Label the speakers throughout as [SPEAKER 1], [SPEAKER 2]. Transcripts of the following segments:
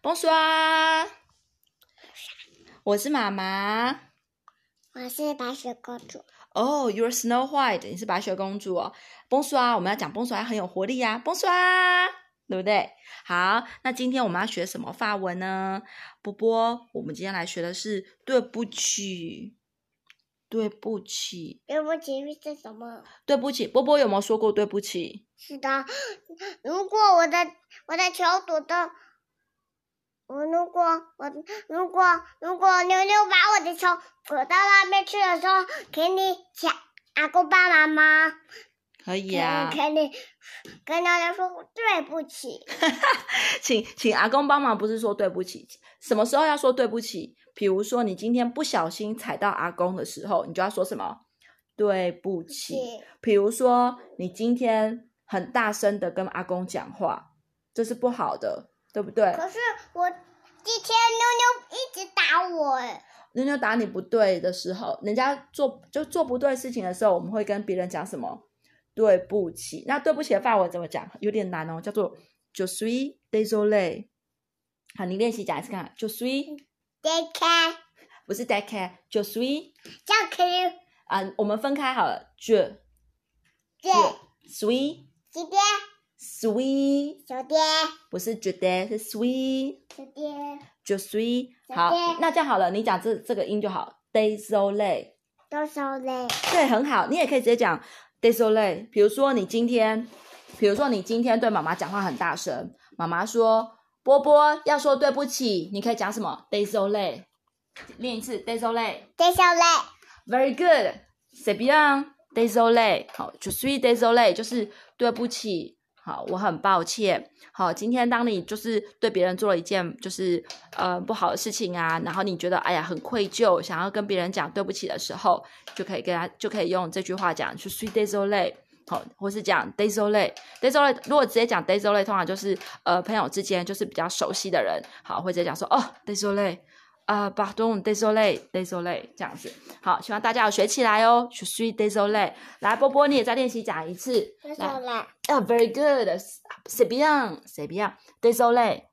[SPEAKER 1] b 刷，我是妈妈。
[SPEAKER 2] 我是白雪公主，
[SPEAKER 1] 哦、y o u r e Snow White，你是白雪公主哦。b 刷，我们要讲 b 刷很有活力呀、b 刷，对不对？好，那今天我们要学什么法文呢？波波，我们今天来学的是对不起，对不起，
[SPEAKER 2] 对不起是什么？
[SPEAKER 1] 对不起。波波有没有说过对不起？
[SPEAKER 2] 是的，如果我的我的球躲到，我如果我如果如果妞妞把我的球躲到那边去的时候，给你抢阿公爸爸吗？
[SPEAKER 1] 可以
[SPEAKER 2] 给
[SPEAKER 1] 啊。
[SPEAKER 2] 给你跟大家说对不起，
[SPEAKER 1] 请请阿公帮忙，不是说对不起，什么时候要说对不起？比如说你今天不小心踩到阿公的时候，你就要说什么？对不起。
[SPEAKER 2] 是
[SPEAKER 1] 比如说你今天很大声的跟阿公讲话，这是不好的，对不对？
[SPEAKER 2] 可是我今天妞妞一直打我，哎，
[SPEAKER 1] 人家打你不对的时候，人家做就做不对事情的时候，我们会跟别人讲什么？对不起。那对不起的法文怎么讲？有点难哦，叫做 “je suis désolé”。好，你练习讲一次看，“je suis”。
[SPEAKER 2] 离开，
[SPEAKER 1] 不是 d e c a j u s u i
[SPEAKER 2] 这样可以。
[SPEAKER 1] 啊，我们分开好了 j
[SPEAKER 2] 对，
[SPEAKER 1] sui
[SPEAKER 2] 今天
[SPEAKER 1] sui
[SPEAKER 2] 小爹，
[SPEAKER 1] 不是 j u d 是 sui
[SPEAKER 2] 小爹，
[SPEAKER 1] j u s u i
[SPEAKER 2] 对
[SPEAKER 1] 好，那这样好了，你讲这这个音就好 désolé，
[SPEAKER 2] 多少嘞？
[SPEAKER 1] 对，很好，你也可以直接讲 désolé。比如说你今天，比如说你今天对妈妈讲话很大声，妈妈说波波要说对不起，你可以讲什么 désolé，练一次 désolé。
[SPEAKER 2] 多少嘞？
[SPEAKER 1] Very good. C'est bien. Désolé. 好，je suis désolé 就是对不起。好，我很抱歉。好，今天当你就是对别人做了一件就是呃不好的事情啊，然后你觉得哎呀很愧疚，想要跟别人讲对不起的时候，就可以跟他就可以用这句话讲，je suis désolé。好，或是讲 désolé。désolé 如果直接讲 désolé，通常就是呃朋友之间就是比较熟悉的人，好，会直接讲说哦 désolé。啊、b a r d o n d é s o l é d é s o l é 这样子。好，希望大家有学起来哦。Je suis désolé。来，波波，你也再练习讲一次。
[SPEAKER 2] 多少嘞？
[SPEAKER 1] 啊、v e r y good。C'est bien，C'est bien，désolé。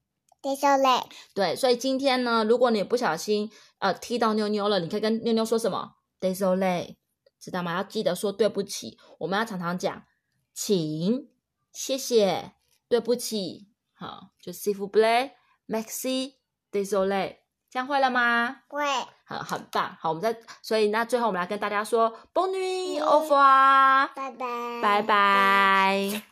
[SPEAKER 2] 多少嘞？
[SPEAKER 1] 对，所以今天呢，如果你不小心呃踢到妞妞了，你可以跟妞妞说什么？Désolé，知道吗？要记得说对不起，我们要常常讲，请、谢谢、对不起，好，就 s i f u b l é Maxi Désolé，这样会了吗？
[SPEAKER 2] 喂，
[SPEAKER 1] 很很棒，好，我们再，所以那最后我们来跟大家说 Bonne nuit,
[SPEAKER 2] 嗯
[SPEAKER 1] au revoir，
[SPEAKER 2] 拜拜，
[SPEAKER 1] 拜。拜。